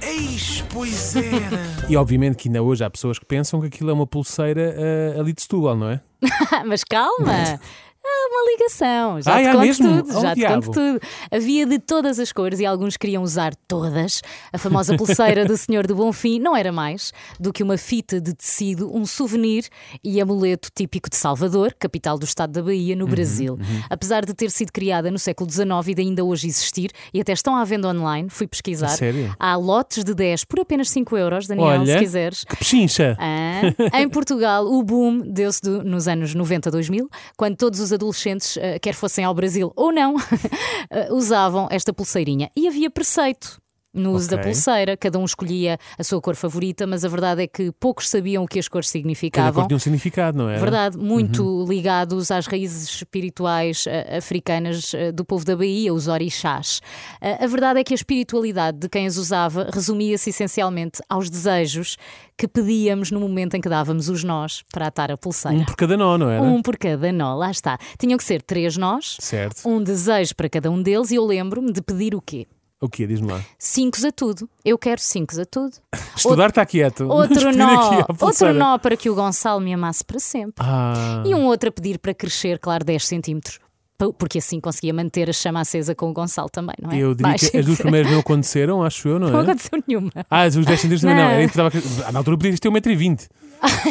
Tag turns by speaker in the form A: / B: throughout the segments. A: Pois, pois era.
B: E obviamente que ainda hoje há pessoas que pensam que aquilo é uma pulseira ah, ali de Setúbal, não é?
C: Mas calma! Há uma ligação, já
B: Ah,
C: te
B: é
C: conto
B: mesmo?
C: tudo,
B: Oh,
C: já te
B: diabo.
C: conto tudo. Havia de todas as cores e alguns queriam usar todas. A famosa pulseira do Senhor do Bom Fim não era mais do que uma fita de tecido, um souvenir e amuleto típico de Salvador, capital do estado da Bahia,
B: Uhum,
C: no Brasil. Apesar de ter sido criada no século XIX e de ainda hoje existir, e até estão à venda online, fui pesquisar.
B: sério?
C: Há lotes de 10 por apenas 5 euros, Daniel,
B: Olha,
C: se quiseres.
B: que pechincha!
C: Ah, em Portugal, o boom deu-se do- nos anos 90, 2000, quando todos os adolescentes, eh, quer fossem ao Brasil ou não, eh, usavam esta pulseirinha. E havia preceito. No uso
B: Ok.
C: da pulseira, cada um escolhia a sua cor favorita, mas a verdade é que poucos sabiam o que as cores
B: Cada cor
C: significavam.
B: tinha um significado, não é? Uhum.
C: Verdade, muito ligados às raízes espirituais eh, africanas eh, do povo da Bahia, os orixás. Eh, a verdade é que a espiritualidade de quem as usava resumia-se essencialmente aos desejos que pedíamos no momento em que dávamos os nós para atar a
B: Um
C: pulseira.
B: por cada nó, não era?
C: Um por cada nó, lá está. Tinham que ser três nós,
B: Certo.
C: um desejo para cada um deles, e eu lembro-me de pedir o quê?
B: O que Diz-me lá.
C: Cinco a tudo. Eu quero cinco a tudo.
B: Estudar está quieto.
C: Outro
B: Mas pedir aqui
C: nó,
B: à
C: outro
B: pulseira.
C: nó para que o Gonçalo me amasse para sempre.
B: Ah,
C: E um outro a pedir para crescer, claro, 10 centímetros. pa- Porque assim conseguia manter a chama acesa com o Gonçalo também, não é?
B: eu diria
C: Baixo.
B: que as duas primeiras não aconteceram, acho eu, não é?
C: Não aconteceu nenhuma.
B: Ah, os 10 centímetros não, não.
C: Não.
B: Era isso que estava a- Ah, Na altura podias ter 1,20m.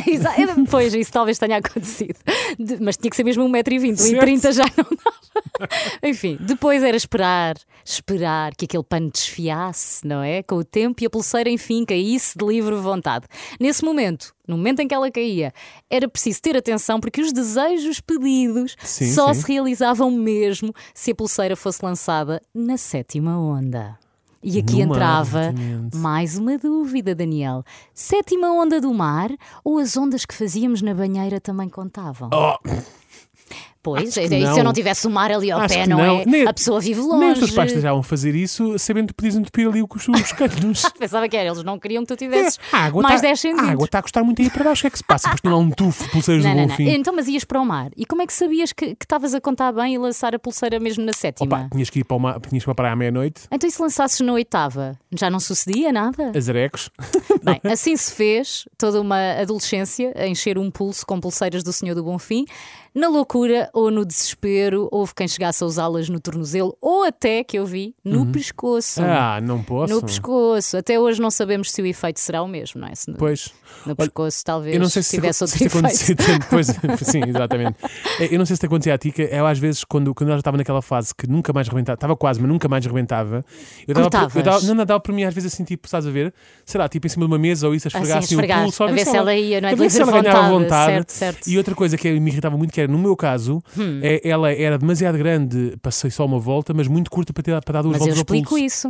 C: Exa- pois, isso talvez tenha acontecido. De- Mas tinha que ser mesmo 1,20m,
B: Certo.
C: 1,30m já não dava. Enfim, depois era esperar, esperar que aquele pano desfiasse, não é? Com o tempo e a pulseira, enfim, caísse de livre vontade. Nesse momento, no momento em que ela caía, era preciso ter atenção porque os desejos pedidos
B: Sim,
C: só
B: sim.
C: se realizavam mesmo se a pulseira fosse lançada na sétima onda. E aqui
B: No mar,
C: entrava
B: exatamente.
C: mais uma dúvida, Daniel. Sétima onda do mar ou as ondas que fazíamos na banheira também contavam?
B: Oh,
C: pois, é-
B: que
C: é-
B: não.
C: se eu não tivesse o mar ali ao
B: Acho
C: pé,
B: que
C: não, é?
B: não. Nem-
C: a pessoa vive
B: nem
C: longe.
B: os teus pais deixavam fazer isso sabendo que podias entupir ali os, os canos.
C: Pensava que era, eles não queriam que tu tivesses
B: É, a água
C: mais
B: tá-
C: 10 centímetros.
B: A água está a custar muito aí para baixo. O que é que se passa? Depois tem lá um tufo de pulseiras
C: Não,
B: do
C: não,
B: bom
C: não.
B: fim.
C: Então, mas ias para o mar. E como é que sabias que que estavas a contar bem e lançar a pulseira mesmo na sétima?
B: Opa, tinhas que ir para, uma, tinhas que ir para a meia-noite,
C: Então, e se lançasses na oitava? Já não sucedia nada?
B: azarecos.
C: Bem, assim se fez toda uma adolescência a encher um pulso com pulseiras do Senhor do Bom Fim. Na loucura ou no desespero, houve quem chegasse a usá-las no tornozelo ou até, que eu vi, no pescoço.
B: Uhum. Ah, não posso.
C: No pescoço. Até hoje não sabemos se o efeito será o mesmo, não é? Se no,
B: Pois.
C: no pescoço talvez
B: Eu não sei se
C: tivesse
B: se
C: outro efeito.
B: acontecia tanto. Pois, sim, exatamente. Eh, Eu não sei se te acontecia a ti, que eu às vezes, quando, quando ela já estava naquela fase que nunca mais rebentava, estava quase, mas nunca mais rebentava, eu dava, por- eu
C: Cortavas?
B: dava não, não, dava para mim às vezes assim, tipo, estás a ver, sei lá, tipo em cima de uma mesa ou isso, a esfregar
C: Assim,
B: assim,
C: esfregar,
B: o pulso, só
C: a ver se ela ia, não é?
B: a ver
C: De
B: se ela
C: livre
B: ganhava
C: vontade,
B: vontade.
C: certo, certo. Hum.
B: E outra coisa que é, me irritava muito, que era, no meu caso, eh, ela era demasiado grande, passei só uma volta, mas muito curta para, ter, para dar duas
C: Mas eu
B: voltas ao
C: explico
B: pulso.
C: isso.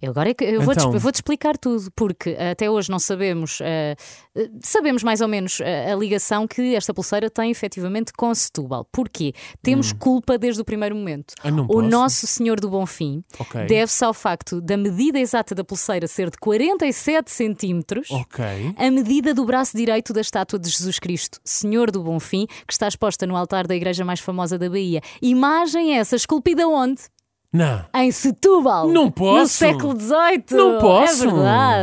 C: Eu agora é que eu vou, te,
B: Então.
C: eu vou te explicar tudo, porque eh, até hoje não sabemos, eh, eh, sabemos mais ou menos eh, a ligação que esta pulseira tem efetivamente com Setúbal. Porquê? Temos culpa desde o primeiro momento.
B: Hum. Ah, não
C: o
B: posso.
C: nosso Senhor do Bom Fim
B: Ok.
C: deve-se ao facto da medida exata da pulseira ser de 47 centímetros.
B: Ok.
C: A medida do braço direito da estátua de Jesus Cristo, Senhor do Bom Fim, que está exposta no altar da igreja mais famosa da Bahia. Imagem essa, esculpida onde?
B: Não.
C: em Setúbal.
B: Não posso.
C: No século XVIII.
B: Não posso. Ah.
C: É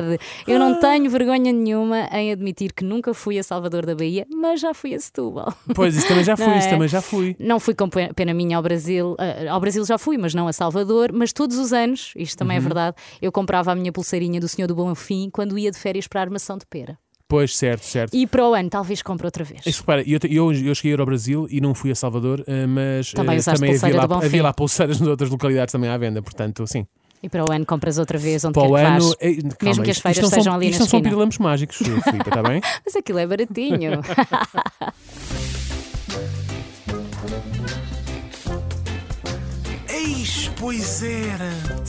C: verdade. Eu não tenho vergonha nenhuma em admitir que nunca fui a Salvador da Bahia, mas já fui a Setúbal.
B: Pois, isso também já fui,
C: Não
B: isso
C: é?
B: também já fui.
C: Não fui com pe- pena minha ao Brasil. ah, Ao Brasil já fui, mas não a Salvador. Mas todos os anos, isto também é
B: Uhum.
C: verdade, eu comprava a minha pulseirinha do Senhor do Bom Fim quando ia de férias para a Armação de Pera.
B: Pois, certo, certo.
C: E para o ano, talvez compre outra vez.
B: Isso, repara, eu, te- eu, eu cheguei ao Brasil e não fui a Salvador, eh, mas
C: Também
B: eh,
C: usaste
B: havia,
C: pulseira
B: lá,
C: do Bom
B: havia
C: Fim.
B: lá pulseiras nas outras localidades também à venda, portanto, sim.
C: E para o ano, compras outra vez, onde
B: Para
C: quer
B: o
C: que
B: ano.
C: vás.
B: eh, calma,
C: que as
B: isto-
C: feiras
B: isto não são-
C: sejam ali na
B: Isto não são
C: esquina.
B: pirilampos mágicos, Filipe, está bem?
C: Mas aquilo é baratinho.
A: Eis, pois era.